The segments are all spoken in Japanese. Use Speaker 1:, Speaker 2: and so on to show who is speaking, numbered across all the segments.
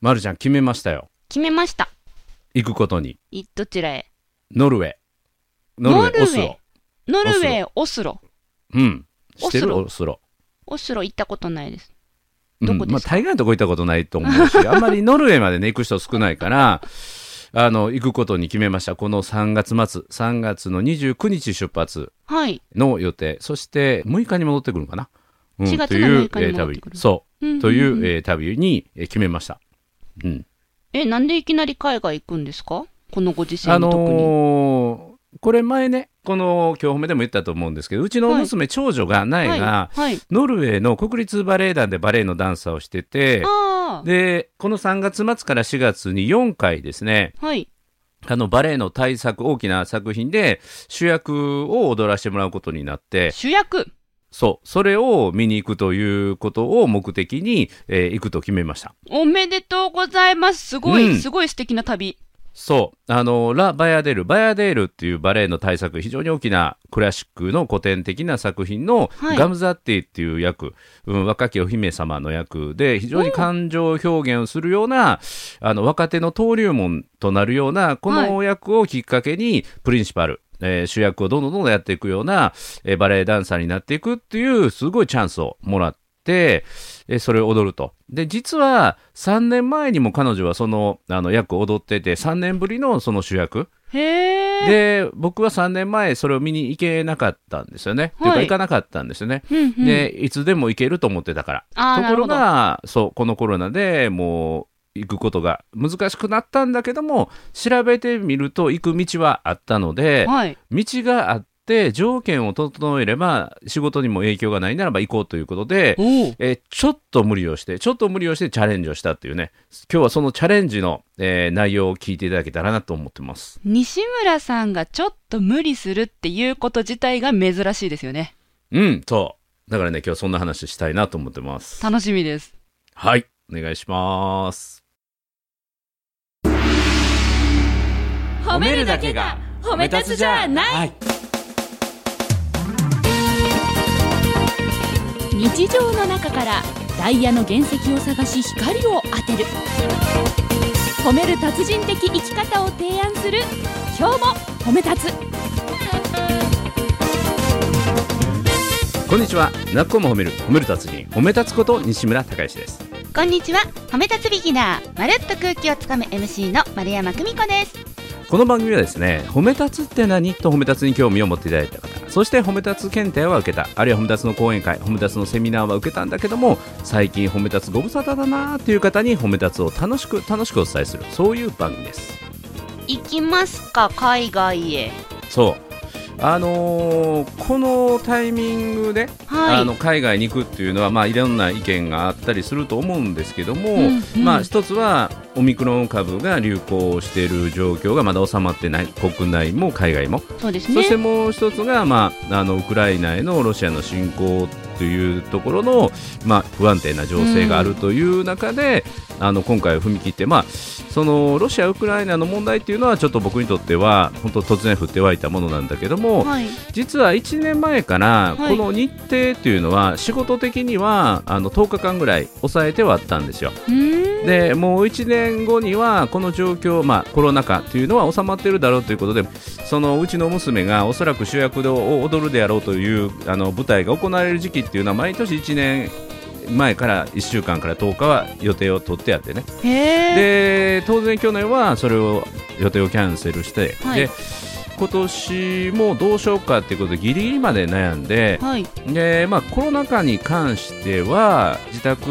Speaker 1: まるちゃん決めましたよ。
Speaker 2: 決めました。
Speaker 1: 行くことに。
Speaker 2: いどちらへ
Speaker 1: ノルウェー。ノルウェー、オ
Speaker 2: ノルウ
Speaker 1: ス
Speaker 2: ェー
Speaker 1: ロ。
Speaker 2: ノルウェー、オスロ。
Speaker 1: うん。知ってる
Speaker 2: オスロ
Speaker 1: オスロ。
Speaker 2: オスロ行ったことないです。
Speaker 1: うん
Speaker 2: どこですか
Speaker 1: まあ、大概のとこ行ったことないと思う し、あんまりノルウェーまでね、行く人少ないから、あの、行くことに決めました。この3月末、3月の29日出発
Speaker 2: はい。
Speaker 1: の予定、そして6日に戻ってくるのかな。うん
Speaker 2: 4月の
Speaker 1: という
Speaker 2: 6日に
Speaker 1: えー
Speaker 2: 戻って
Speaker 1: 旅
Speaker 2: くる
Speaker 1: そ
Speaker 2: うんうんう
Speaker 1: う。
Speaker 2: ん
Speaker 1: という、えー旅にえー決めました。うん。
Speaker 2: え、なんでいきなり海外行くんですかこのご時世
Speaker 1: あ
Speaker 2: に特に。
Speaker 1: のーこれ前ね、この今日褒めでも言ったと思うんですけど、うちの娘、長女が、苗が、
Speaker 2: はい。はい。
Speaker 1: ノルウェーの国立バレエ団でバレエのダンサーをしてて、
Speaker 2: あ
Speaker 1: で、この3月末から4月に4回ですね、
Speaker 2: あ。はい。
Speaker 1: あのバレエの大作、大きな作品で主役を踊らせてもらうことになって、
Speaker 2: 主役。
Speaker 1: そう、それを見に行くということを目的に、えー行くと決めました。
Speaker 2: おめでとうございます。すごい、
Speaker 1: うん
Speaker 2: すごい素敵な旅。
Speaker 1: そう、あの、ラ・バヤデール、バヤデールっていうバレエの大作、非常に大きなクラシックの古典的な作品の、
Speaker 2: はい
Speaker 1: ガムザッティっていう役、うん、若きお姫様の役で、非常に感情表現をするような、あの、若手の登竜門となるような、この役をきっかけに、プリンシパル、えー主役をどんどんどんどんやっていくような、えーバレエダンサーになっていくっていう、すごいチャンスをもらって、えーそれを踊ると。で、実は3年前にも彼女はその、あの、役を踊ってて、3年ぶりのその主役。
Speaker 2: へえ。
Speaker 1: で、僕は3年前それを見に行けなかったんですよね。という
Speaker 2: は
Speaker 1: か
Speaker 2: い
Speaker 1: 行かなかったんですよね。
Speaker 2: うんうん
Speaker 1: で、いつでも行けると思ってたから。
Speaker 2: あー
Speaker 1: ところが、そう、このコロナでもう行くことが難しくなったんだけども、調べてみると行く道はあったので、
Speaker 2: はい。
Speaker 1: 道があって、条件を整えれば、仕事にも影響がないならば行こうということで、
Speaker 2: おお。
Speaker 1: えーちょっと無理をして、ちょっと無理をしてチャレンジをしたっていうね、今日はそのチャレンジの、えー内容を聞いていただけたらなと思ってます。
Speaker 2: 西村さんがちょっと無理するっていうこと自体が珍しいですよね。
Speaker 1: うん、そう。だからね、今日はそんな話したいなと思ってます。
Speaker 2: 楽しみです。
Speaker 1: はい、お願いします。
Speaker 2: 褒
Speaker 3: はい、
Speaker 4: 日常の中からダイヤの原石を探し光を当てる褒める達人的生き方を提案する今日も褒めたつ
Speaker 1: こんにちは、なっこも褒める、褒める達人、褒め立つこと西村孝之です。
Speaker 5: こんにちは褒め立つビギナーまるっと空気をつかむ MC の丸山久美子です
Speaker 1: この番組はですね褒め立つって何と褒め立つに興味を持っていただいた方そして褒め立つ検定は受けたあるいは褒め立つの講演会褒め立つのセミナーは受けたんだけども最近褒め立つご無沙汰だなーっていう方に褒め立つを楽しく楽しくお伝えするそういう番組です
Speaker 5: 行きますか海外へ
Speaker 1: そうあのーこのタイミングで、
Speaker 5: はい
Speaker 1: あの海外に行くっていうのは、まあ、いろんな意見があったりすると思うんですけども、
Speaker 2: うんうん
Speaker 1: まあ、一つはオミクロン株が流行している状況がまだ収まってない国内も海外も
Speaker 2: そうです
Speaker 1: そして
Speaker 2: ね。
Speaker 1: もう一つが、まあ、あのウクライナへのロシアの侵攻というところの、まあ、不安定な情勢があるという中で、あの今回踏み切って、まあ、そのロシア、ウクライナの問題というのはちょっと僕にとっては本当突然降って湧いたものなんだけども、
Speaker 2: はい。
Speaker 1: 実は1年前から
Speaker 2: はい
Speaker 1: この日程というのは仕事的にはあの10日間ぐらい抑えてはあったんですよ。
Speaker 2: うーん。
Speaker 1: でもう1年後にはこの状況、まあ、コロナ禍というのは収まってるだろうということでそのうちの娘がおそらく主役を踊るであろうというあの舞台が行われる時期っていうのは毎年1年前から1週間から10日は予定を取ってあってね
Speaker 2: へえ。
Speaker 1: で当然去年はそれを予定をキャンセルして、
Speaker 2: はい
Speaker 1: で今年もどうしようかということでギリギリまで悩んで、
Speaker 2: はい。
Speaker 1: でまあ、コロナ禍に関しては自宅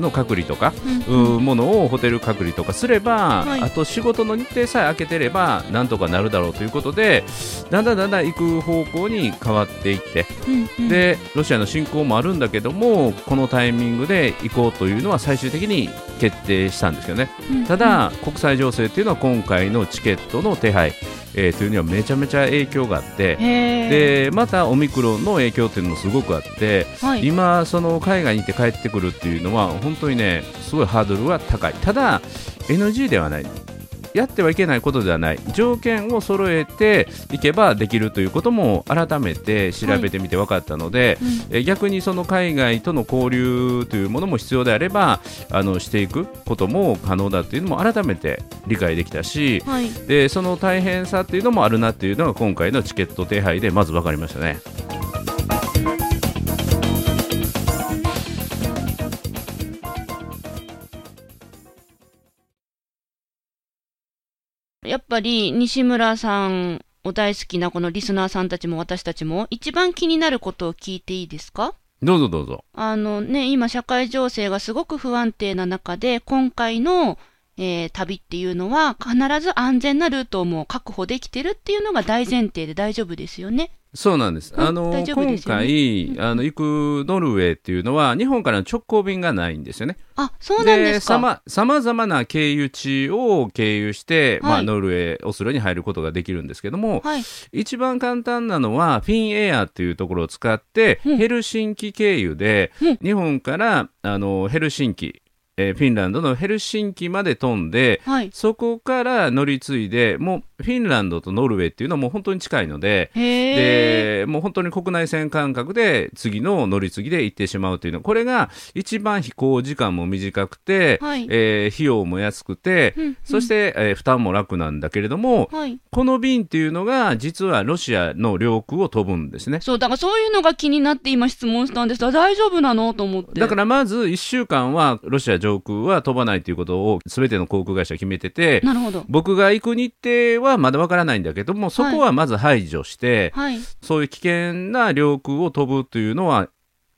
Speaker 1: の隔離とか、うものをホテル隔離とかすれば、
Speaker 2: はい
Speaker 1: あと仕事の日程さえ空けてればなんとかなるだろうということでだんだんだんだん行く方向に変わっていって、
Speaker 2: うんうん。
Speaker 1: でロシアの侵攻もあるんだけどもこのタイミングで行こうというのは最終的に決定したんですよね。
Speaker 2: うん
Speaker 1: た、だ、国際情勢というのは今回のチケットの手配、えーというにはめちゃめちゃ影響があって。
Speaker 2: へえ。
Speaker 1: でまたオミクロンの影響っていうのもすごくあって、
Speaker 2: はい。
Speaker 1: 今その海外に行って帰ってくるっていうのは本当にねすごいハードルは高いただ NG ではないやってはいけないことではない条件を揃えていけばできるということも改めて調べてみて分かったので、えー逆にその海外との交流というものも必要であればあのしていくことも可能だというのも改めて理解できたし
Speaker 3: はい
Speaker 1: でその大変さっていうのもあるなっていうのが今回のチケット手配でまず分かりましたね。
Speaker 2: やっぱり西村さんお大好きなこのリスナーさんたちも私たちも一番気になることを聞いていいですか
Speaker 1: どうぞどうぞ。
Speaker 2: あのね、今社会情勢がすごく不安定な中で、今回の、えー旅っていうのは必ず安全なルートをもう確保できてるっていうのが大前提で大丈夫ですよね。
Speaker 1: そうなんです。
Speaker 2: うん
Speaker 1: あの、
Speaker 2: 大丈夫で
Speaker 1: 今
Speaker 2: すよね
Speaker 1: 回、あの、行くノルウェーっていうのは、日本からの直行便がないんですよね。
Speaker 2: あ、そうなんですか。
Speaker 1: さま、さまざまな経由地を経由して、ま
Speaker 2: は
Speaker 1: あ、
Speaker 2: い
Speaker 1: ノルウェー、オスロに入ることができるんですけども、
Speaker 2: はい。
Speaker 1: 一番簡単なのは、フィンエアっていうところを使って、
Speaker 2: うん
Speaker 1: ヘルシンキ経由で、
Speaker 2: うん
Speaker 1: 日本から、あの、ヘルシンキ、えーフィンランドのヘルシンキまで飛んで、
Speaker 2: はい。
Speaker 1: そこから乗り継いで、もうフィンランドとノルウェーっていうのはもう本当に近いので、
Speaker 2: へえ。
Speaker 1: でもう本当に国内線感覚で次の乗り継ぎで行ってしまうというのこれが一番飛行時間も短くて、
Speaker 2: はい
Speaker 1: えー費用も安くて、
Speaker 2: うん
Speaker 1: そして、えー負担も楽なんだけれども、
Speaker 2: はい。
Speaker 1: この便っていうのが実はロシアの領空を飛ぶんですね。
Speaker 2: そう、だからそういうのが気になって今質問したんです。あ大丈夫なのと思って。、
Speaker 1: だかららまず1週間はロシア上空は飛ばないということを全ての航空会社は決めてて、
Speaker 2: なるほど。
Speaker 1: 僕が行く日程はまだわからないんだけども、そこはまず排除して、
Speaker 2: はい。
Speaker 1: そういう危険な領空を飛ぶというのは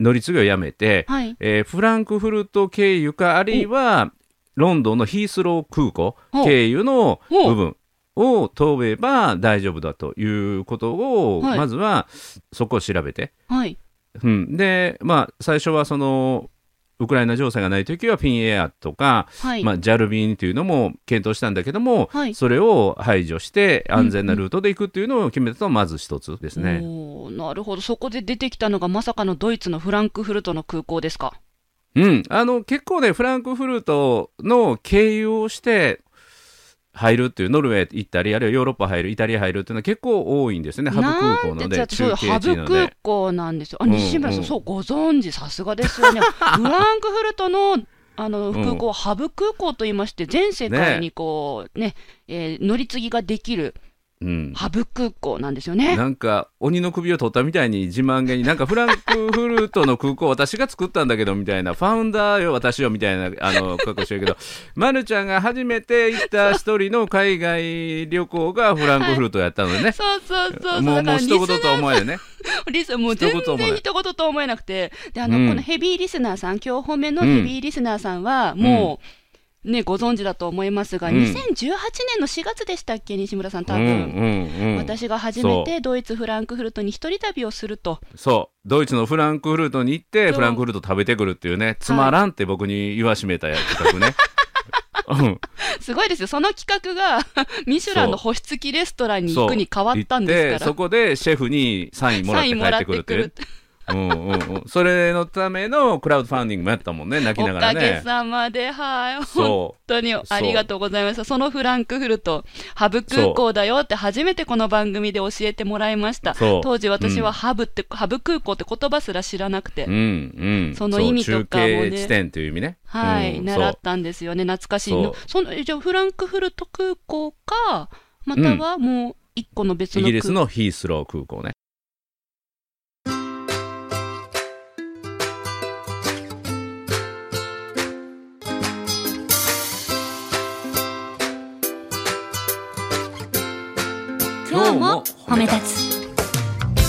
Speaker 1: 乗り継ぎをやめて、
Speaker 2: はい。
Speaker 1: えーフランクフルト経由かあるいはロンドンのヒースロー空港
Speaker 2: ほう
Speaker 1: 経由の
Speaker 2: ほ
Speaker 1: 部
Speaker 2: う
Speaker 1: 分を飛べば大丈夫だということを、
Speaker 2: はい
Speaker 1: まずはそこを調べて、
Speaker 2: はい。
Speaker 1: うん、で、まあ、最初はそのウクライナ情勢がない時はフィンエアとか、
Speaker 2: はい。
Speaker 1: まあ、JAL 便というのも検討したんだけども、
Speaker 2: はい
Speaker 1: それを排除して安全なルートで行くっていうのを決めたのはまず一つですね。
Speaker 2: おーなるほど。そこで出てきたのがまさかのドイツのフランクフルトの空港ですか。
Speaker 1: うん、あの結構ね、フランクフルトの経由をして入るっていう、ノルウェー行ったり、あるいはヨーロッパ入る、イタリア入るっていうのは結構多いんですよね、ハブ空港の
Speaker 2: なんて言
Speaker 1: で、
Speaker 2: ってたそう
Speaker 1: 中継
Speaker 2: ハ
Speaker 1: 地
Speaker 2: ブ
Speaker 1: の
Speaker 2: 空
Speaker 1: で。
Speaker 2: 港なんですよ。あ、
Speaker 1: うん
Speaker 2: 西村さん、
Speaker 1: うん
Speaker 2: そう、ご存知、さすがです よね。フランクフルトの、あ
Speaker 1: う
Speaker 2: の、
Speaker 1: ん
Speaker 2: 空港、ハブ空港と言いまして、全世界にこう、ね、えー乗り継ぎができる
Speaker 1: うん
Speaker 2: ハブ空港なんですよね。
Speaker 1: なんか鬼の首を取ったみたいに自慢げになんかフランクフルトの空港私が作ったんだけどみたいなファウンダーよ私よみたいなあの格好してる けどまるちゃんが初めて行った一人の海外旅行がフランクフルトやったのね、
Speaker 2: そうそうそうそう。
Speaker 1: もう
Speaker 2: だ
Speaker 1: も
Speaker 2: か
Speaker 1: う
Speaker 2: ら
Speaker 1: 一言
Speaker 2: リス
Speaker 1: とは思えないね
Speaker 2: リスもう全
Speaker 1: 一言
Speaker 2: 然
Speaker 1: もない
Speaker 2: 一言と思えなくて、であの、
Speaker 1: うん
Speaker 2: このヘビーリスナーさん、今日褒めのヘビーリスナーさんは、
Speaker 1: ん
Speaker 2: もう、ね、ご存知だと思いますが、
Speaker 1: うん
Speaker 2: 2018年の4月でしたっけ、西村さん、多
Speaker 1: うんう
Speaker 2: 分、
Speaker 1: んうん
Speaker 2: 私が初めてドイツ・フランクフルトに一人旅をすると、
Speaker 1: そうドイツのフランクフルトに行って
Speaker 2: そう
Speaker 1: フランクフルト食べてくるっていうねつまらんって僕に言わしめたやつ企画 ね。
Speaker 2: すごいですよ、その企画が ミシュランの保湿機レストランに行くに変わ
Speaker 1: うん、
Speaker 2: ったんです
Speaker 1: 行って
Speaker 2: か
Speaker 1: そこでシェフにサインもらっ
Speaker 2: ら、
Speaker 1: て
Speaker 2: サ
Speaker 1: 帰
Speaker 2: インもら
Speaker 1: っ
Speaker 2: ってて
Speaker 1: くるっ
Speaker 2: く
Speaker 1: て
Speaker 2: る
Speaker 1: ね。うんうんうん、それのためのクラウドファンディングもやったもんね泣き
Speaker 2: お
Speaker 1: ながら
Speaker 2: かげ
Speaker 1: ね。
Speaker 2: さまで、はい、本
Speaker 1: そ
Speaker 2: 当にありがとうございました。そのフランクフルト、ハブ空港だよって初めてこの番組で教えてもらいました。
Speaker 1: そう
Speaker 2: 当時私
Speaker 1: う
Speaker 2: は
Speaker 1: ん
Speaker 2: ハブって、ハブ空港って言葉すら知らなくて、
Speaker 1: う、うんうん、
Speaker 2: その意味
Speaker 1: そう
Speaker 2: とかもね
Speaker 1: 中継地点という意味ね。
Speaker 2: はい、
Speaker 1: うん
Speaker 2: 習ったんですよね。懐かしいの。その、じゃあフランクフルト空港か、またはもう一個の別
Speaker 1: そう
Speaker 2: の
Speaker 1: イ
Speaker 2: 空
Speaker 1: ギリスのヒースロー空港ね。
Speaker 4: 今日も褒め立つ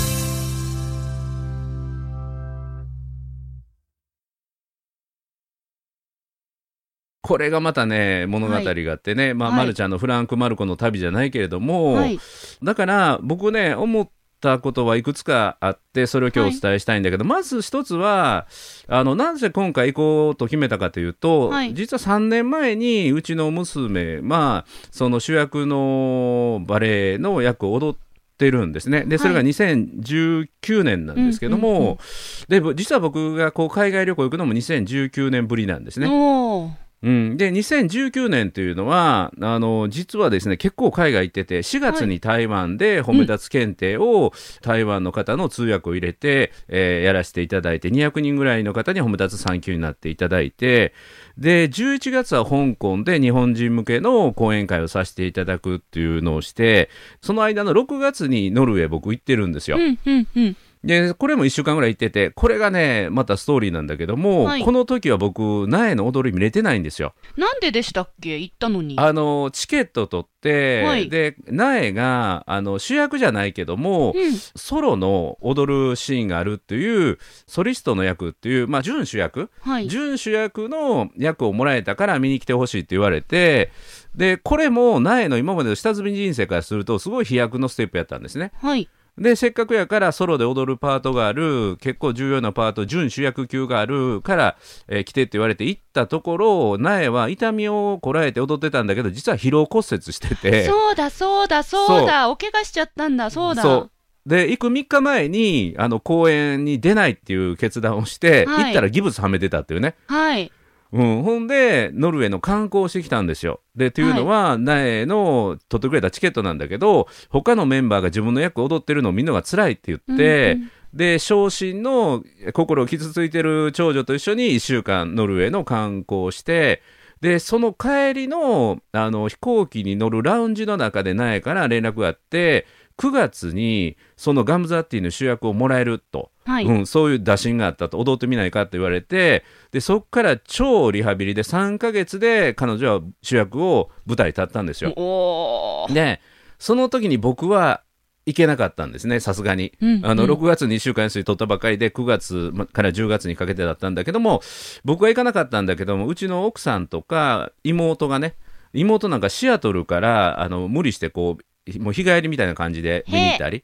Speaker 1: これがまたね物語があってね、まあ
Speaker 2: はい
Speaker 1: まるちゃんのフランク・マルコの旅じゃないけれども、
Speaker 2: はい。
Speaker 1: だから僕ね思ったことはいくつかあってそれを今日お伝えしたいんだけど、まず一つはあのなぜ今回行こうと決めたかというと、
Speaker 2: はい
Speaker 1: 実は3年前にうちの娘まあその主役のバレエの役を踊ってるんですねでそれが2019年なんですけども、
Speaker 2: うんうんう
Speaker 1: で実は僕がこう海外旅行行くのも2019年ぶりなんですね。
Speaker 2: おー
Speaker 1: うん、で2019年というのはあの実はですね結構海外行ってて4月に台湾で褒め立つ検定を台湾の方の通訳を入れて、えーやらせていただいて200人ぐらいの方に褒め立つ3級になっていただいてで11月は香港で日本人向けの講演会をさせていただくっていうのをしてその間の6月にノルウェー僕行ってるんですよ。
Speaker 2: うんうんうん。
Speaker 1: でこれも1週間ぐらい行っててこれがねまたストーリーなんだけども、
Speaker 2: はい
Speaker 1: この時は僕苗の踊り見れてないんですよ。
Speaker 2: なんででしたっけ行ったのに。
Speaker 1: あのチケット取って、
Speaker 2: はい
Speaker 1: で苗があの主役じゃないけども、
Speaker 2: うん。
Speaker 1: ソロの踊るシーンがあるっていうソリストの役っていう、まあ、準主役、
Speaker 2: はい。
Speaker 1: 準主役の役をもらえたから見に来てほしいって言われてでこれも苗の今までの下積み人生からするとすごい飛躍のステップやったんですね。
Speaker 2: はい。
Speaker 1: でせっかくやからソロで踊るパートがある結構重要なパート準主役級があるから、えー来てって言われて行ったところ苗は痛みをこらえて踊ってたんだけど実は疲労骨折してて
Speaker 2: そうだそうだそうだ。お怪我しちゃったんだ。そうだ。
Speaker 1: そうで行く3日前にあの公演に出ないっていう決断をして、
Speaker 2: はい
Speaker 1: 行ったらギブスはめてたっていうね、
Speaker 2: はい。
Speaker 1: うん、ほんでノルウェーの観光をしてきたんですよ。でというのは苗の取ってくれたチケットなんだけど他のメンバーが自分の役踊ってるのを見るのが辛いって言って。
Speaker 2: うんうん
Speaker 1: で昇進の心を傷ついてる長女と一緒に1週間ノルウェーの観光をしてでその帰りのあの飛行機に乗るラウンジの中で苗から連絡があって9月にそのガム・ザ・ティの主役をもらえると、
Speaker 2: はい。
Speaker 1: うん、そういう打診があったと踊ってみないかって言われてでそこから超リハビリで3ヶ月で彼女は主役を舞台に立ったんですよ。
Speaker 2: おー。
Speaker 1: でその時に僕は行けなかったんですねさすがに。
Speaker 2: うん
Speaker 1: あの
Speaker 2: うん
Speaker 1: 6月に1週間休み取ったばかりで9月まから10月にかけてだったんだけども僕は行かなかったんだけどもうちの奥さんとか妹がね妹なんかシアトルからあの無理してこうもう日帰りみたいな感じで見に行ったり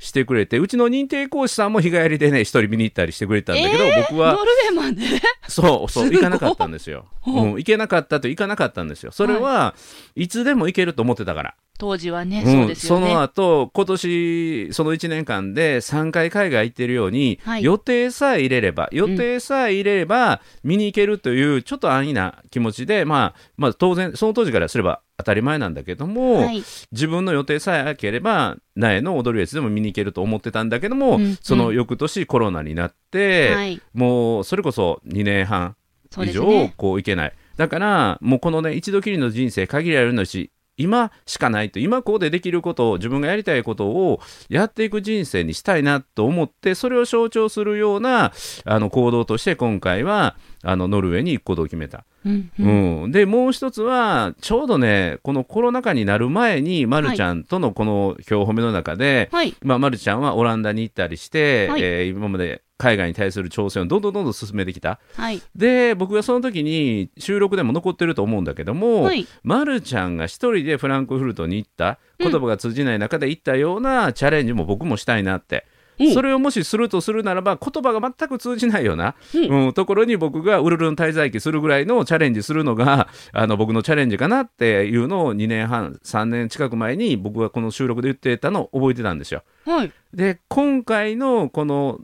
Speaker 1: してくれてうちの認定講師さんも日帰りでね一人見に行ったりしてくれてたんだけど、僕は
Speaker 2: ノルウェーまで
Speaker 1: そうそう
Speaker 2: すごい
Speaker 1: 行かなかったんですよ、
Speaker 2: ほう
Speaker 1: うん、行けなかったと行かなかったんですよそれはいつでも行けると思ってたから。
Speaker 2: 当時はね、
Speaker 1: うん
Speaker 2: そうですよね。
Speaker 1: その後今年その1年間で3回海外行ってるように、
Speaker 2: はい
Speaker 1: 予定さえ入れれば予定さえ入れれば見に行けるというちょっと安易な気持ちで、まあ、まあ当然その当時からすれば当たり前なんだけども、
Speaker 2: はい。
Speaker 1: 自分の予定さえ開ければ苗の踊りやつでも見に行けると思ってたんだけども、
Speaker 2: うん
Speaker 1: その翌年コロナになって、
Speaker 2: はい。
Speaker 1: もうそれこそ2年半
Speaker 2: そう
Speaker 1: 以
Speaker 2: です
Speaker 1: 上
Speaker 2: ね。
Speaker 1: こういけない、だからもうこのね一度きりの人生限りあるのし今しかないと今ここでできることを自分がやりたいことをやっていく人生にしたいなと思ってそれを象徴するようなあの行動として今回はあのノルウェーに行くことを決めた、
Speaker 2: うん
Speaker 1: う
Speaker 2: うん
Speaker 1: んでもう一つはちょうどねこのコロナ禍になる前にまるちゃんとのこの「今日褒め」の中で、
Speaker 2: はい。
Speaker 1: まあ、まるちゃんはオランダに行ったりして、
Speaker 2: はい
Speaker 1: えー今まで海外に対する挑戦をどんどんどんどん進めてきた
Speaker 2: はい。
Speaker 1: で僕がその時に収録でも残ってると思うんだけども、
Speaker 2: はい。
Speaker 1: ま、るちゃんが一人でフランクフルトに行った
Speaker 2: うん
Speaker 1: 言葉が通じない中で行ったようなチャレンジも僕もしたいなって。
Speaker 2: うん
Speaker 1: それをもしするとするならば言葉が全く通じないような、
Speaker 2: う
Speaker 1: うんところに僕がウルルン滞在期するぐらいのチャレンジするのがあの僕のチャレンジかなっていうのを2年半3年近く前に僕がこの収録で言ってたのを覚えてたんですよ。
Speaker 2: はい。
Speaker 1: で今回のこの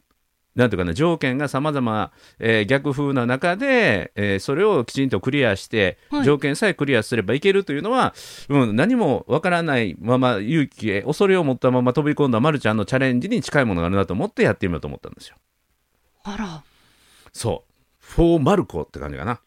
Speaker 1: なんていうかな条件がさまざまえー逆風な中で、えーそれをきちんとクリアして、
Speaker 2: はい
Speaker 1: 条件さえクリアすればいけるというのは、うん、何もわからないまま勇気へ恐れを持ったまま飛び込んだまるちゃんのチャレンジに近いものがあるなと思ってやってみようと思ったんですよ。
Speaker 2: あら。
Speaker 1: そうフォーマルコって感じかな。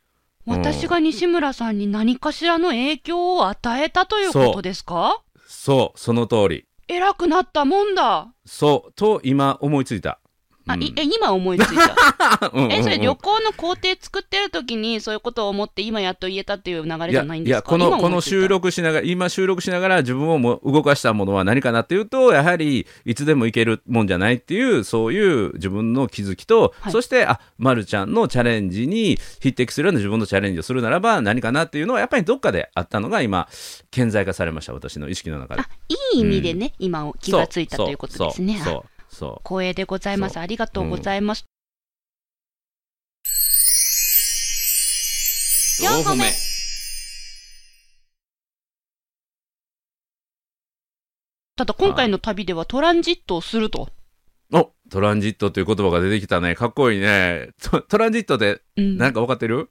Speaker 2: 私が西村さんに何かしらの影響を与えたということですか
Speaker 1: そうその通り
Speaker 2: 偉くなったもんだ。
Speaker 1: そうと今思いついた。
Speaker 2: あ、
Speaker 1: うん
Speaker 2: いえ、今思いつい た。
Speaker 1: うんうんうん
Speaker 2: え、それ旅行の工程作ってる時にそういうことを思って今やっと言えたっていう流れじゃないんですか
Speaker 1: いやいやこの
Speaker 2: 今
Speaker 1: こ
Speaker 2: 思
Speaker 1: の
Speaker 2: いついた
Speaker 1: 収録しながら今収録しながら自分をも動かしたものは何かなっていうとやはりいつでもいけるもんじゃないっていうそういう自分の気づきと、
Speaker 2: はい
Speaker 1: そしてあ、ま、るちゃんのチャレンジに匹敵するような自分のチャレンジをするならば何かなっていうのはやっぱりどっかであったのが今顕在化されました私の意識の中で
Speaker 2: あ。いい意味でね、今を気がついた
Speaker 1: そう
Speaker 2: ということです
Speaker 1: そう
Speaker 2: ね。あ
Speaker 1: そうそう
Speaker 2: 光栄でございま
Speaker 1: そ
Speaker 2: す。ありがとうございます。
Speaker 5: 4個目
Speaker 2: ただ今回の旅ではトランジットをすると。
Speaker 1: おトランジットという言葉が出てきたねかっこいいねトトランジットで
Speaker 2: うん
Speaker 1: 何か分かってる、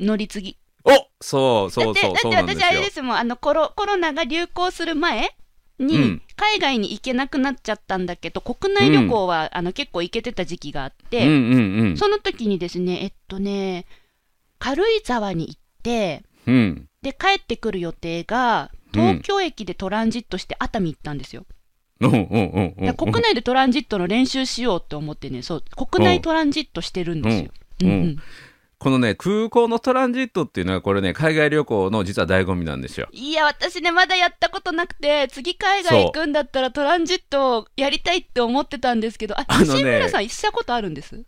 Speaker 2: 乗り継ぎ。
Speaker 1: おそうそう
Speaker 2: だ
Speaker 1: そ
Speaker 2: っ
Speaker 1: う
Speaker 2: て
Speaker 1: そう
Speaker 2: だ
Speaker 1: なん
Speaker 2: って
Speaker 1: です
Speaker 2: 私あれ
Speaker 1: よ
Speaker 2: で。すもんあのコロコロナが流行する前に、
Speaker 1: うん
Speaker 2: 海外に行けなくなっちゃったんだけど国内旅行は、あの結構行けてた時期があっ
Speaker 1: うん
Speaker 2: て、
Speaker 1: うん
Speaker 2: その時にですねえっとね軽井沢に行って
Speaker 1: うん。うん。
Speaker 2: で帰ってくる予定が東京駅でトランジットして熱海行ったんですよ、
Speaker 1: うんうんうんう
Speaker 2: だ
Speaker 1: ん。
Speaker 2: から国内でトランジットの練習しようって思ってねそう国内トランジットしてるんですよ、
Speaker 1: うん
Speaker 2: うんうん
Speaker 1: うんこのね、空港のトランジットっていうのは、これね、海外旅行の実は醍醐味なんですよ。
Speaker 2: いや、私ね、まだやったことなくて、次海外行くんだったらトランジットをやりたいって思ってたんですけど、あ、
Speaker 1: あのね
Speaker 2: 西村さん、したことあるんです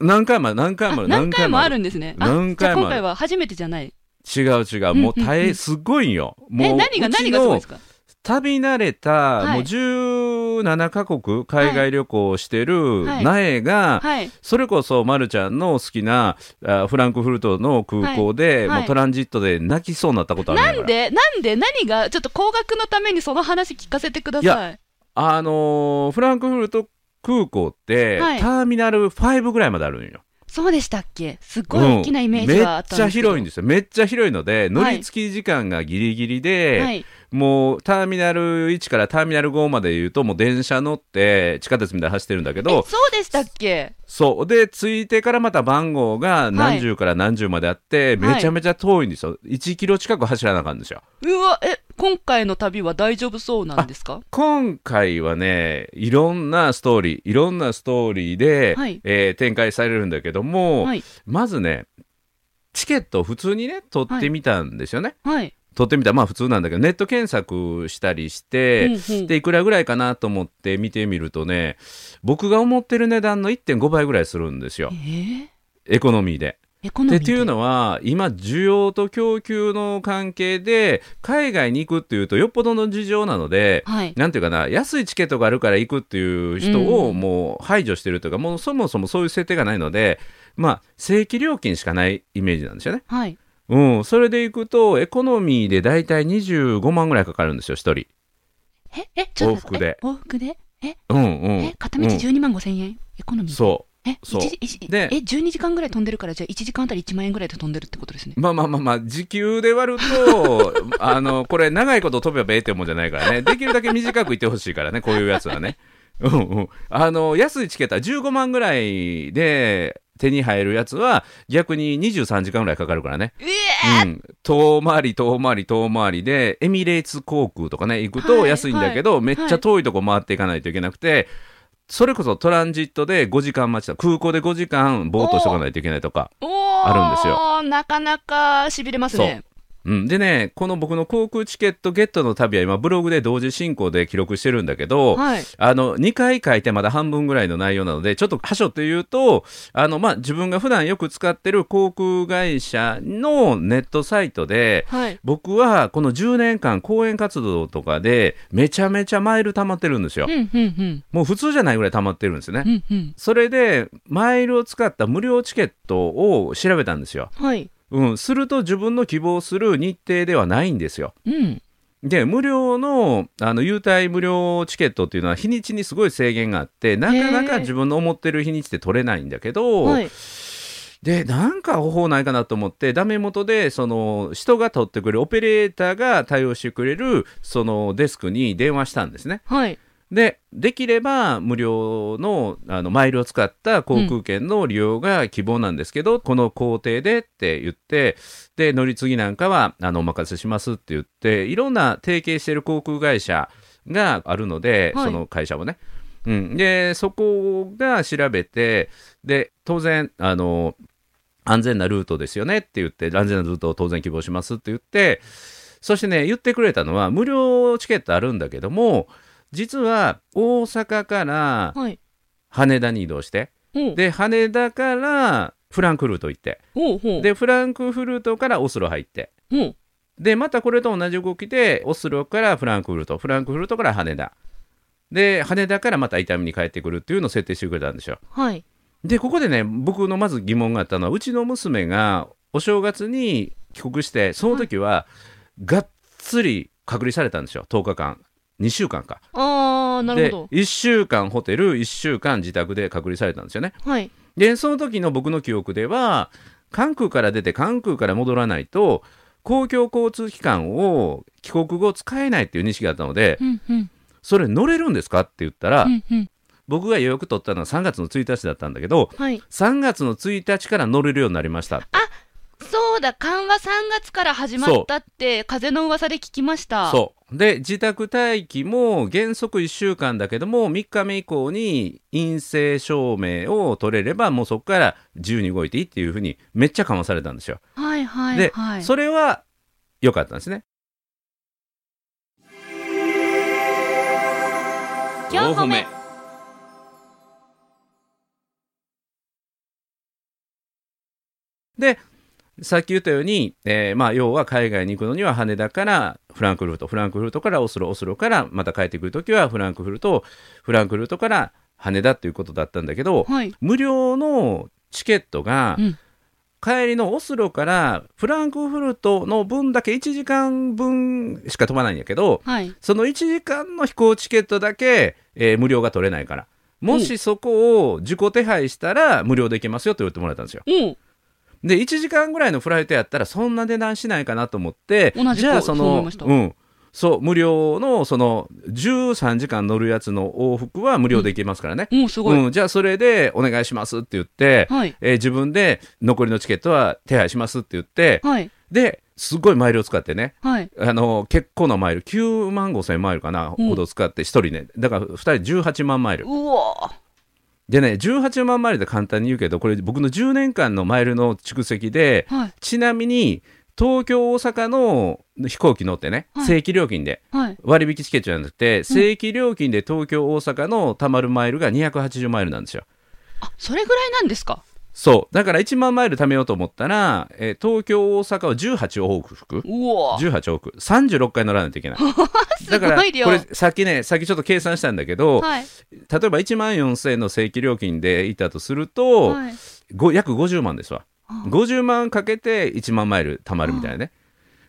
Speaker 1: 何回も、何回
Speaker 2: あ
Speaker 1: も、
Speaker 2: 何回もある
Speaker 1: る。
Speaker 2: んですね。あ
Speaker 1: 何回も
Speaker 2: じゃあ今
Speaker 1: ある
Speaker 2: 回は初めてじゃない。
Speaker 1: 違う違う。もう
Speaker 2: うんうんう
Speaker 1: 大、
Speaker 2: ん
Speaker 1: すごいよ。も
Speaker 2: え、
Speaker 1: う、
Speaker 2: 何が、
Speaker 1: うち
Speaker 2: 何
Speaker 1: の
Speaker 2: がすごいですか
Speaker 1: 旅慣れた、
Speaker 2: はい
Speaker 1: もう17カ国海外旅行をしてる
Speaker 2: はい
Speaker 1: 苗が、
Speaker 2: はい。
Speaker 1: それこそ、まるちゃんの好きなあフランクフルトの空港で、
Speaker 2: はい
Speaker 1: もうトランジットで泣きそうになったことあるんや
Speaker 2: な
Speaker 1: から
Speaker 2: んで、なんで、何が、ちょっと高額のためにその話聞かせてくだ
Speaker 1: い
Speaker 2: さい。
Speaker 1: あのーフランクフルト空港って、
Speaker 2: はい
Speaker 1: ターミナル5ぐらいまであるんよ。
Speaker 2: そうでしたっけすっごい大きなイメージはあった
Speaker 1: めっ
Speaker 2: ん
Speaker 1: ちゃ
Speaker 2: ですけど、
Speaker 1: 広いんですよ。めっちゃ広いので、乗り付き時間がギリギリで、
Speaker 2: はい。
Speaker 1: もうターミナル1からターミナル5まで言うと、もう電車乗って、地下鉄みたいに走ってるんだけ
Speaker 2: え、そ
Speaker 1: ど、
Speaker 2: うでしたっけ
Speaker 1: そう。で、着いてからまた番号が何十から何十まであって、
Speaker 2: はい
Speaker 1: めちゃめちゃ遠いんですよ。1キロ近く走らなあかんですよ。
Speaker 2: うわ、え、今回の旅は大丈夫そうなんですか
Speaker 1: 今回はね、いろんなストーリー、いろんなストーリーで、
Speaker 2: はい
Speaker 1: えー展開されるんだけども、
Speaker 2: はい。
Speaker 1: まずね、チケットを普通にね、取ってみたんですよね。
Speaker 2: はい。
Speaker 1: 取ってみたまあ普通なんだけど、ネット検索したりして、
Speaker 2: うんうん
Speaker 1: で、いくらぐらいかなと思って見てみるとね、僕が思ってる値段の1.5倍ぐらいするんですよ
Speaker 2: え。ー
Speaker 1: エコノミーで。
Speaker 2: エコノ
Speaker 1: で
Speaker 2: ミー
Speaker 1: っていうのは今需要と供給の関係で海外に行くっていうとよっぽどの事情なので、
Speaker 2: はい。
Speaker 1: なんていうかな安いチケットがあるから行くっていう人を
Speaker 2: うん
Speaker 1: もう排除してるというか、もうそもそもそういう設定がないので、まあ、正規料金しかないイメージなんですよね。
Speaker 2: はい。
Speaker 1: うん、それで行くとエコノミーでだいたい25万ぐらいかかるんですよ1人。
Speaker 2: え、え、ちょっと待って
Speaker 1: 往復で
Speaker 2: え往復でえ、
Speaker 1: うんうん、
Speaker 2: え、片道
Speaker 1: うん
Speaker 2: 12万5千円エコノミー。
Speaker 1: そう
Speaker 2: え、
Speaker 1: そう
Speaker 2: 一時一時
Speaker 1: で
Speaker 2: え、12時間ぐらい飛んでるから、じゃあ1時間あたり1万円ぐらいで飛んでるってことですね。
Speaker 1: まあまあまあまあ、時給で割る と、あの、これ長いこと飛べばええってもんじゃないからね。できるだけ短くいてほしいからね、こういうやつはね。うんうん。あの、安いチケットは15万ぐらいで手に入るやつは、逆に23時間ぐらいかかるからね。
Speaker 2: え
Speaker 1: うん。遠回り、遠回り、遠回りで、エミレーツ航空とかね、行くと
Speaker 2: はい
Speaker 1: 安いんだけど、めっちゃ遠いとこ回っていかないといけなくて、それこそトランジットで5時間待ちだ。空港で5時間ぼーっとしとかないといけないとか。
Speaker 2: おー
Speaker 1: あるんです
Speaker 2: よ。なかなか痺れますね。
Speaker 1: うん、でね、この僕の航空チケットゲットの旅は今、ブログで同時進行で記録してるんだけど、
Speaker 2: はい。
Speaker 1: あの、2回書いてまだ半分ぐらいの内容なので、ちょっと箇所っていうと、あの、まあ、自分が普段よく使ってる航空会社のネットサイトで、
Speaker 2: はい。
Speaker 1: 僕はこの10年間講演活動とかで、めちゃめちゃマイル溜まってるんですよ
Speaker 2: う。ん、うん、うん。
Speaker 1: もう普通じゃないぐらい溜まってるんですね
Speaker 2: う。ん、うん。
Speaker 1: それで、マイルを使った無料チケットを調べたんですよ。
Speaker 2: はい。
Speaker 1: うん、すると自分の希望する日程ではないんですよ。
Speaker 2: うん。
Speaker 1: で無料のあの優待無料チケットっていうのは日にちにすごい制限があってなかな
Speaker 2: へー
Speaker 1: か自分の思ってる日にちって取れないんだけど、
Speaker 2: はい。
Speaker 1: でなんか方法ないかなと思ってダメ元でその人が取ってくれるオペレーターが対応してくれるそのデスクに電話したんですね。
Speaker 2: はい。
Speaker 1: でできれば無料のあのマイルを使った航空券の利用が希望なんですけど、この工程でって言ってで乗り継ぎなんかはあのお任せしますって言っていろんな提携している航空会社があるので、
Speaker 2: はい
Speaker 1: その会社もね。うん、でそこが調べてで当然あの安全なルートですよねって言って安全なルートを当然希望しますって言ってそしてね言ってくれたのは無料チケットあるんだけども実は大阪から
Speaker 2: はい。
Speaker 1: 羽田に移動して
Speaker 2: おう。
Speaker 1: で羽田からフランクフルト行って
Speaker 2: おう、ほう。
Speaker 1: でフランクフルトからオスロ入って
Speaker 2: ほう。
Speaker 1: でまたこれと同じ動きでオスロからフランクフルトフランクフルトから羽田で羽田からまた伊丹に帰ってくるっていうのを設定してくれたんですよ
Speaker 2: はい。
Speaker 1: でここでね僕のまず疑問があったのはうちの娘がお正月に帰国してその時はがっつり隔離されたんですよ10日間2週間か
Speaker 2: あー、なるほ
Speaker 1: で1週間ホテル1週間自宅で隔離されたんですよね
Speaker 2: ど。はい。
Speaker 1: でその時の僕の記憶では関空から出て関空から戻らないと公共交通機関を帰国後使えないっていう認識があったので
Speaker 2: うんうん
Speaker 1: それ乗れるんですかって言ったら、
Speaker 2: うんうん
Speaker 1: 僕が予約取ったのは3月の1日だったんだけど
Speaker 2: はい
Speaker 1: 3月の1日から乗れるようになりました
Speaker 2: そうだ緩和3月から始まったって風の噂で聞きました
Speaker 1: そうで自宅待機も原則1週間だけども3日目以降に陰性証明を取れればもうそこから自由に動いていいっていうふうにめっちゃ緩和されたんですよ。
Speaker 2: はいはい
Speaker 1: で、
Speaker 2: はい
Speaker 1: それは良かったんですね。
Speaker 4: 4歩目
Speaker 1: でさっき言ったように、えーまあ、要は海外に行くのには羽田からフランクフルトフランクフルトからオスロオスロからまた帰ってくるときはフランクフルトフランクフルトから羽田ということだったんだけど、
Speaker 2: はい
Speaker 1: 無料のチケットが、
Speaker 2: うん
Speaker 1: 帰りのオスロからフランクフルトの分だけ1時間分しか飛ばないんやけど
Speaker 2: はい
Speaker 1: その1時間の飛行チケットだけ、えー無料が取れないからもしそこを自己手配したら無料で行けますよと言ってもらったんですよ。
Speaker 2: おう
Speaker 1: で1時間ぐらいのフライトやったらそんな値段しないかなと思って
Speaker 2: 同じく
Speaker 1: じゃあそ
Speaker 2: そう思い
Speaker 1: の
Speaker 2: ました
Speaker 1: うんそう無料のその13時間乗るやつの往復は無料で行けますからね。
Speaker 2: おうすごい、
Speaker 1: うん、じゃあそれでお願いしますって言って、
Speaker 2: はい
Speaker 1: えー自分で残りのチケットは手配しますって言って、
Speaker 2: はい
Speaker 1: ですごいマイルを使ってね、
Speaker 2: はい
Speaker 1: あの結構なマイル、9万5千マイルかな、
Speaker 2: うん
Speaker 1: ほど使って、1人ね、だから2人18万マイル
Speaker 2: う。わ
Speaker 1: でね、18万マイルで簡単に言うけど、これ、僕の10年間のマイルの蓄積で、
Speaker 2: はい
Speaker 1: ちなみに東京、大阪の飛行機乗ってね、
Speaker 2: はい
Speaker 1: 正規料金で、
Speaker 2: はい
Speaker 1: 割引チケットじゃなくて、正規料金で東京、大阪のたまるマイルが280マイルなんですよ。
Speaker 2: あそれぐらいなんですか
Speaker 1: そう。だから1万マイル貯めようと思ったら、えー東京、大阪を18往復
Speaker 2: うわ
Speaker 1: ?18 往復。36回乗らないといけ ない。だから、こ
Speaker 2: 量
Speaker 1: れさっきね、さっきちょっと計算したんだけど、
Speaker 2: はい
Speaker 1: 例えば1万4000円の正規料金でいたとすると、
Speaker 2: はい
Speaker 1: ご約50万ですわ。
Speaker 2: あ
Speaker 1: 50万かけて1万マイル貯まるみたいなね。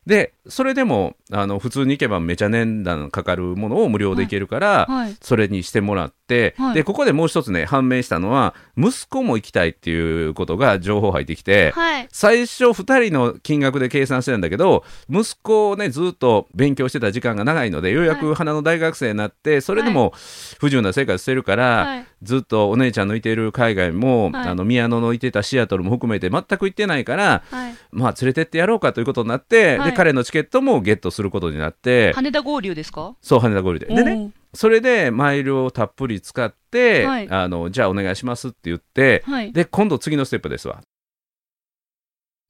Speaker 1: で、それでも、あの、普通に行けばめちゃ年段かかるものを無料で行けるから、
Speaker 2: はい
Speaker 1: それにしてもらって、
Speaker 2: はい
Speaker 1: でここでもう一つね判明したのは息子も行きたいっていうことが情報入ってきて、
Speaker 2: はい
Speaker 1: 最初2人の金額で計算してたんだけど息子をねずっと勉強してた時間が長いのでようやく花の大学生になってそれでも不自由な生活してるから、
Speaker 2: はい
Speaker 1: ずっとお姉ちゃんのいてる海外も、
Speaker 2: はい
Speaker 1: あの宮野のいてたシアトルも含めて全く行ってないから、
Speaker 2: はい
Speaker 1: まあ、連れてってやろうかということになって、
Speaker 2: はい
Speaker 1: で彼のチケットもゲットすることになって。
Speaker 2: 羽田合流ですか
Speaker 1: そう羽田合流ででねそれでマイルをたっぷり使って、
Speaker 2: はい
Speaker 1: あのじゃあお願いしますって言って
Speaker 2: おーはい
Speaker 1: で今度次のステップですわ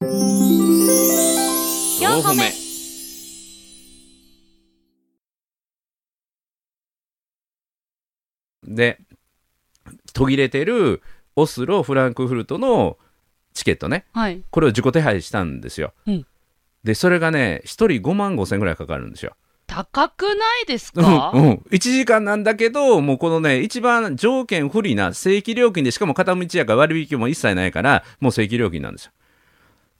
Speaker 4: 4歩目
Speaker 1: で途切れてるオスロフランクフルトのチケットね
Speaker 2: はい
Speaker 1: これを自己手配したんですよ、
Speaker 2: うん
Speaker 1: でそれがね1人5万5千ぐらいかかるんですよ
Speaker 2: 高くないです
Speaker 1: うん、
Speaker 2: か、
Speaker 1: うん、1時間なんだけどもうこのね一番条件不利な正規料金でしかも片道やから割引も一切ないからもう正規料金なんですよ。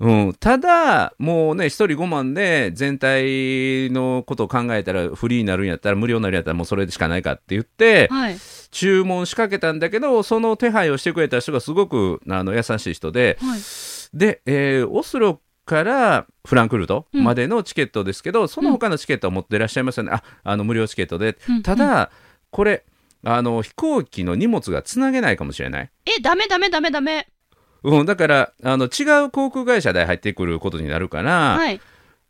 Speaker 1: うん、ただもうね1人5万で全体のことを考えたらフリーになるんやったら無料になるんやったらもうそれしかないかって言って
Speaker 2: はい
Speaker 1: 注文仕掛けたんだけどその手配をしてくれた人がすごくあの優しい人で
Speaker 2: はい
Speaker 1: で、えーオスロからフランクフルトまでのチケットですけど、その他のチケットを持ってらっしゃいますよね、ああの無料チケットで、
Speaker 2: うん
Speaker 1: ただ、これあの飛行機の荷物がつなげないかもしれない、
Speaker 2: えダメダメダメダメ
Speaker 1: うん、だからあの違う航空会社で入ってくることになるから、
Speaker 2: はい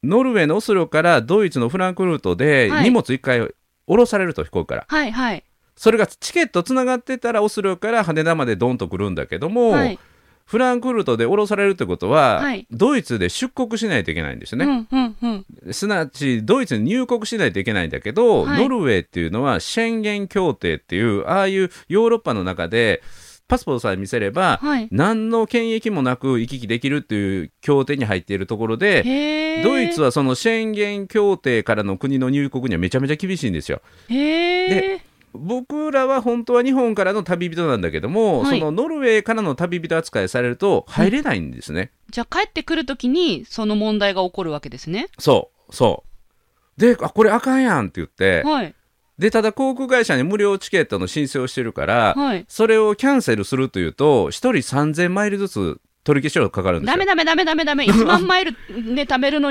Speaker 1: ノルウェーのオスロからドイツのフランクフルトで
Speaker 2: はい
Speaker 1: 荷物1回降ろされると飛行機から
Speaker 2: はいはい
Speaker 1: それがチケットつながってたらオスロから羽田までドンと来るんだけども、
Speaker 2: はい
Speaker 1: フランクフルトで降ろされるってことは、
Speaker 2: はい
Speaker 1: ドイツで出国しないといけないんですよね
Speaker 2: う。んうんうん
Speaker 1: すなわちドイツに入国しないといけないんだけど、
Speaker 2: はい
Speaker 1: ノルウェーっていうのはシェンゲン協定っていうああいうヨーロッパの中でパスポートさえ見せれば、
Speaker 2: はい
Speaker 1: 何の権益もなく行き来できるっていう協定に入っているところで
Speaker 2: へえ
Speaker 1: ドイツはそのシェンゲン協定からの国の入国にはめちゃめちゃ厳しいんですよ。
Speaker 2: へえ
Speaker 1: 僕らは本当は日本からの旅人なんだけども、
Speaker 2: はい
Speaker 1: そのノルウェーからの旅人扱いされると入れないんですね。
Speaker 2: じゃあ帰ってくるときにその問題が起こるわけですね
Speaker 1: そうそうであこれあかんやんって言って。
Speaker 2: はい
Speaker 1: でただ航空会社に無料チケットの申請をしてるから、
Speaker 2: はい
Speaker 1: それをキャンセルするというと1人3000マイルずつ取り消し料かかるんです
Speaker 2: ダ
Speaker 1: よ
Speaker 2: メダメダメダメダメ。1万マイルね、貯めるの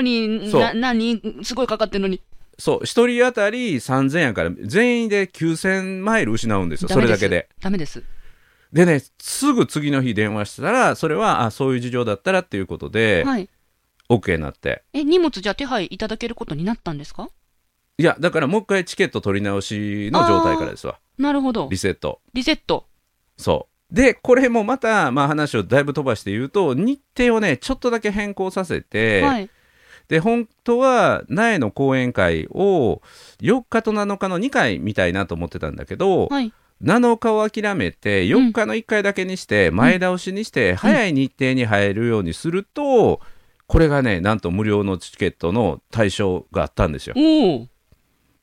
Speaker 2: に、
Speaker 1: そう
Speaker 2: な、何すごいかかってるのに。
Speaker 1: そう一人当たり3000円から全員で9000マイル失うんですよそれだけで
Speaker 2: ダメです。
Speaker 1: でねすぐ次の日電話したらそれはあそういう事情だったらっていうことで、
Speaker 2: ダメですはい。
Speaker 1: OK になって
Speaker 2: え、荷物じゃあ手配いただけることになったんですか
Speaker 1: いやだからもう一回チケット取り直しの状態からですわ
Speaker 2: なるほど
Speaker 1: リ。セット
Speaker 2: リセット。
Speaker 1: そう。で、これもまた、まあ、話をだいぶ飛ばして言うと、日程をね、ちょっとだけ変更させて、
Speaker 2: はい。
Speaker 1: で、本当は苗の講演会を4日と7日の2回見たいなと思ってたんだけど、
Speaker 2: はい。
Speaker 1: 7日を諦めて、4日の1回だけにして、前倒しにして、早い日程に入るようにすると、これがね、なんと無料のチケットの対象があったんですよ。
Speaker 2: おお。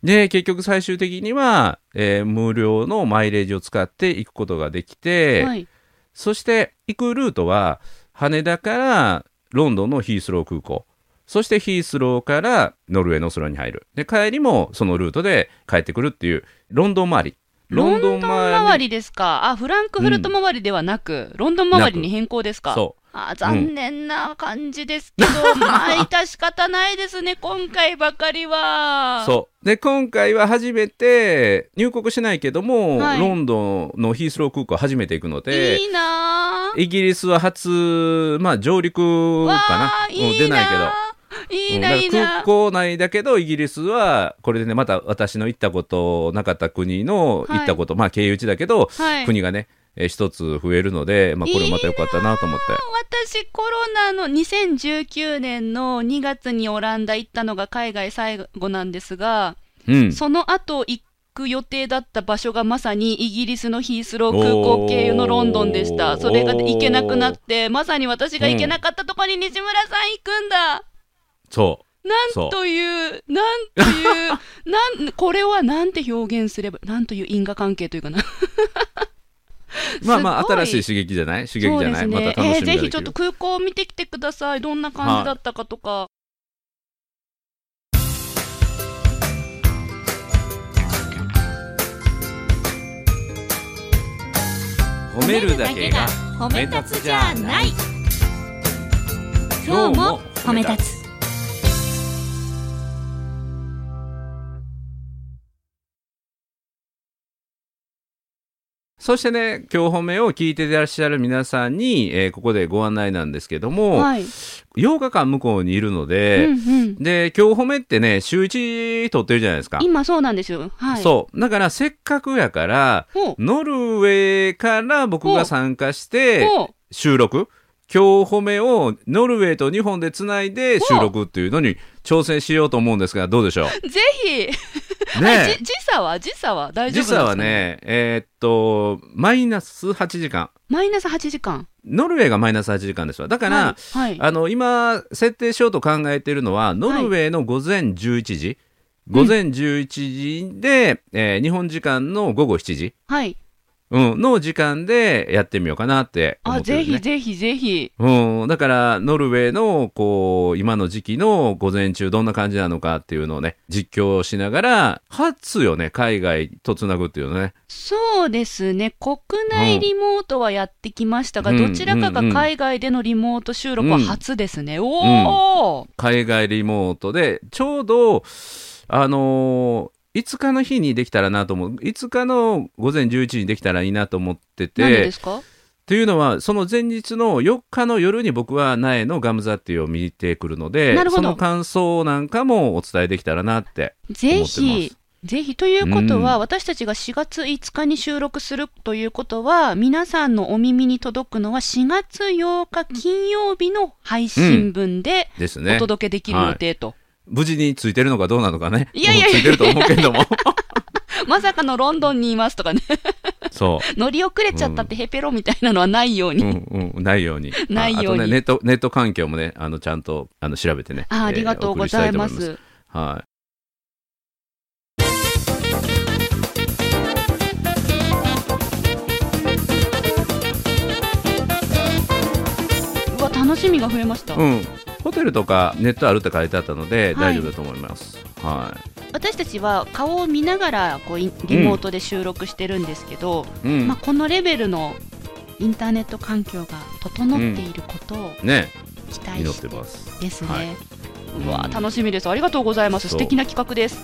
Speaker 1: で、結局最終的には、えー無料のマイレージを使って行くことができて、
Speaker 2: はい。
Speaker 1: そして行くルートは羽田からロンドンのヒースロー空港そしてヒースローからノルウェーの空に入るで帰りもそのルートで帰ってくるっていうロンドン周り
Speaker 2: ロンドン周
Speaker 1: り
Speaker 2: りですか。あ、フランクフルト周りではなく、ロンドン周りに変更ですか。う。
Speaker 1: そう
Speaker 2: あ、残念な感じですけど、まあ、致し方ないですね、今回ばかりは。
Speaker 1: そうで今回は初めて入国しないけども、
Speaker 2: はい
Speaker 1: ロンドンのヒースロー空港初めて行くので
Speaker 2: いいなぁ。
Speaker 1: イギリスは初、まあ、上陸か
Speaker 2: わ
Speaker 1: な
Speaker 2: ー
Speaker 1: もう
Speaker 2: い
Speaker 1: 出
Speaker 2: い
Speaker 1: ないけど
Speaker 2: な。ぁ。いいな、
Speaker 1: うん
Speaker 2: いいな
Speaker 1: 空。港内だけどイギリスはこれでねまた私の行ったことなかった国の
Speaker 2: はい
Speaker 1: 行ったこと、まあ経由地だけど、
Speaker 2: はい。
Speaker 1: 国がねえー一つ増えるので、まあ、これまた良かったなと思って
Speaker 2: 私コロナの2019年の2月にオランダ行ったのが海外最後なんですが、
Speaker 1: うん
Speaker 2: その後行く予定だった場所がまさにイギリスのヒースロー空港経由のロンドンでし
Speaker 1: お
Speaker 2: た
Speaker 1: ー
Speaker 2: それが行けなくなってまさに私が行けなかったとこに西村さん行くんだ、
Speaker 1: そ
Speaker 2: なんというなんという なんこれはなんて表現すればなんという因果関係というかな
Speaker 1: うまあまあ
Speaker 2: すごい
Speaker 1: 新しい刺激じゃない刺激じゃない、また
Speaker 2: え
Speaker 1: 楽し
Speaker 2: ー
Speaker 1: みができる、
Speaker 2: ぜひちょっと空港を見てきてくださいどんな感じだったかとか、
Speaker 1: 褒めるだけが
Speaker 4: 褒
Speaker 1: め立つじゃない
Speaker 4: 今日も褒め立つ
Speaker 1: そしてね今日褒めを聞いていらっしゃる皆さんに、えーここでご案内なんですけども、
Speaker 2: はい、
Speaker 1: 8日間向こうにいるの
Speaker 2: う
Speaker 1: で、
Speaker 2: んうん、
Speaker 1: で今日褒めってね週1撮ってるじゃないですか
Speaker 2: 今そうなんですよはい
Speaker 1: そう。だから、せっかくやから、
Speaker 2: ほう
Speaker 1: ノルウェーから僕が参加して、
Speaker 2: ほう
Speaker 1: 収録。今日褒めをノルウェーと日本でつないで収録っていうのに挑戦しようと思うんですが、どうでしょ
Speaker 2: ぜひ
Speaker 1: う
Speaker 2: あ
Speaker 1: ね
Speaker 2: じ時差は時差は
Speaker 1: え。
Speaker 2: 大丈
Speaker 1: 時
Speaker 2: 夫なんですか
Speaker 1: 差はね、えーっと、マイナス8時間。
Speaker 2: マイナス8時間
Speaker 1: ノルウェーがマイナス8時間ですわ。だから、
Speaker 2: はい、はい
Speaker 1: あの、今、設定しようと考えているのは、ノルウェーの午前11時。午前11時で、えー日本時間の午後7時。
Speaker 2: はい、
Speaker 1: うん、の時間でやってみようかなって思
Speaker 2: あ
Speaker 1: ってる、ね。
Speaker 2: ぜひぜひぜひ
Speaker 1: うん、だから、ノルウェーの、こう、今の時期の午前中どんな感じなのかっていうのをね、実況しながら、初よね、海外とつなぐっていうのね。
Speaker 2: そうですね国内リモートはやってきましたが、
Speaker 1: うん
Speaker 2: どちらかが海外でのリモート収録は初ですね、おお、
Speaker 1: 海外リモートで、ちょうど、あのー5日の日にできたらなと思う。5日の午前11時にできたらいいなと思って
Speaker 2: なんで
Speaker 1: て
Speaker 2: で、すか
Speaker 1: というのは、その前日の4日の夜に僕は苗のガムザっていうを見てくるので
Speaker 2: なる、ほ
Speaker 1: そ
Speaker 2: ど
Speaker 1: の感想なんかもお伝えできたらなって。
Speaker 2: ぜ
Speaker 1: 思って
Speaker 2: ひ、ぜひ。ということは、
Speaker 1: う
Speaker 2: 私たちが4月5日に収録するということは、皆さんのお耳に届くのは4月8日金曜日の配信分で
Speaker 1: です
Speaker 2: お
Speaker 1: ね。
Speaker 2: 届けできる予定と。
Speaker 1: 無事についてるのかどうなのかね。
Speaker 2: いやいやいや
Speaker 1: もうついてると思うけども。
Speaker 2: まさかのロンドンにいます とかね、
Speaker 1: そ
Speaker 2: 乗り遅れちゃったってヘペロみたいなのはないよう
Speaker 1: う。
Speaker 2: に。
Speaker 1: うんうん。ないように。あ
Speaker 2: ないように
Speaker 1: あとね、ネット、ネット環境もね、あの、ちゃんと、あの、調べてね。
Speaker 2: あーあ
Speaker 1: えー
Speaker 2: りがとうございま。
Speaker 1: お送りしたと思
Speaker 2: す。
Speaker 1: はい。
Speaker 2: うわ、楽しみが増えました。
Speaker 1: うん。ホテルとかネットあるって書いてあったので、
Speaker 2: はい
Speaker 1: 大丈夫だと思います。は
Speaker 2: 私たちは顔を見ながらこういリモートで収録してるんですけど、
Speaker 1: い。うん。
Speaker 2: まあ、このレベルのインターネット環境が整っていることを
Speaker 1: ね
Speaker 2: 期待
Speaker 1: 祈っ
Speaker 2: してて
Speaker 1: ます
Speaker 2: ですね、
Speaker 1: は
Speaker 2: うわ
Speaker 1: うん
Speaker 2: 楽しみですありがとうございます
Speaker 1: そ
Speaker 2: 素
Speaker 1: う
Speaker 2: 敵な企画です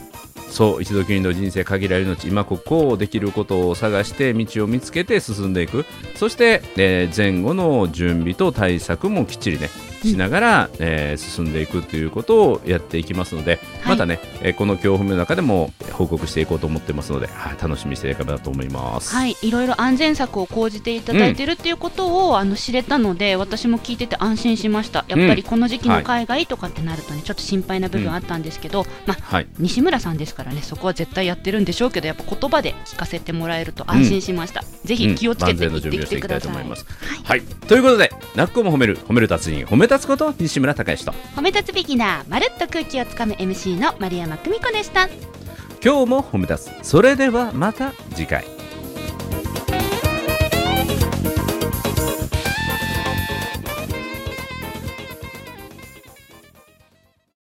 Speaker 1: そう一度きりの人生限られる命今ここをできることを探して道を見つけて進んでいくそして、えー前後の準備と対策もきっちりねしながら、えー進んでいくということをやっていきますので、
Speaker 2: はい
Speaker 1: またね、えーこの恐怖の中でも報告していこうと思ってますので、はい、楽しみにしていけばと思います。、
Speaker 2: はいいいろいろ安全策を講じていただいてるっていうことを、あの知れたので私も聞いてて安心しましたやっぱりこの時期
Speaker 1: は
Speaker 2: の
Speaker 1: い
Speaker 2: 海外とかってなるとねちょっと心配な部分あったんですけど、まあ
Speaker 1: はい
Speaker 2: 西村さんですからねそこは絶対やってるんでしょうけどやっぱ言葉で聞かせてもらえると安心しました、ぜひ気をつけて
Speaker 1: うん万全
Speaker 2: 行
Speaker 1: の準備を
Speaker 2: ってき
Speaker 1: して
Speaker 2: て
Speaker 1: いきた
Speaker 2: くだ
Speaker 1: いと
Speaker 2: さ
Speaker 1: 思い
Speaker 2: い,、
Speaker 1: ます。はい、ということで、泣く子も褒める、褒める達人、褒め立つこと、西村孝之と、
Speaker 5: 褒め立つビギナーまるっと空気をつかむ MC の丸山久美子でした
Speaker 1: 今日も褒め立つ。それではまた次回。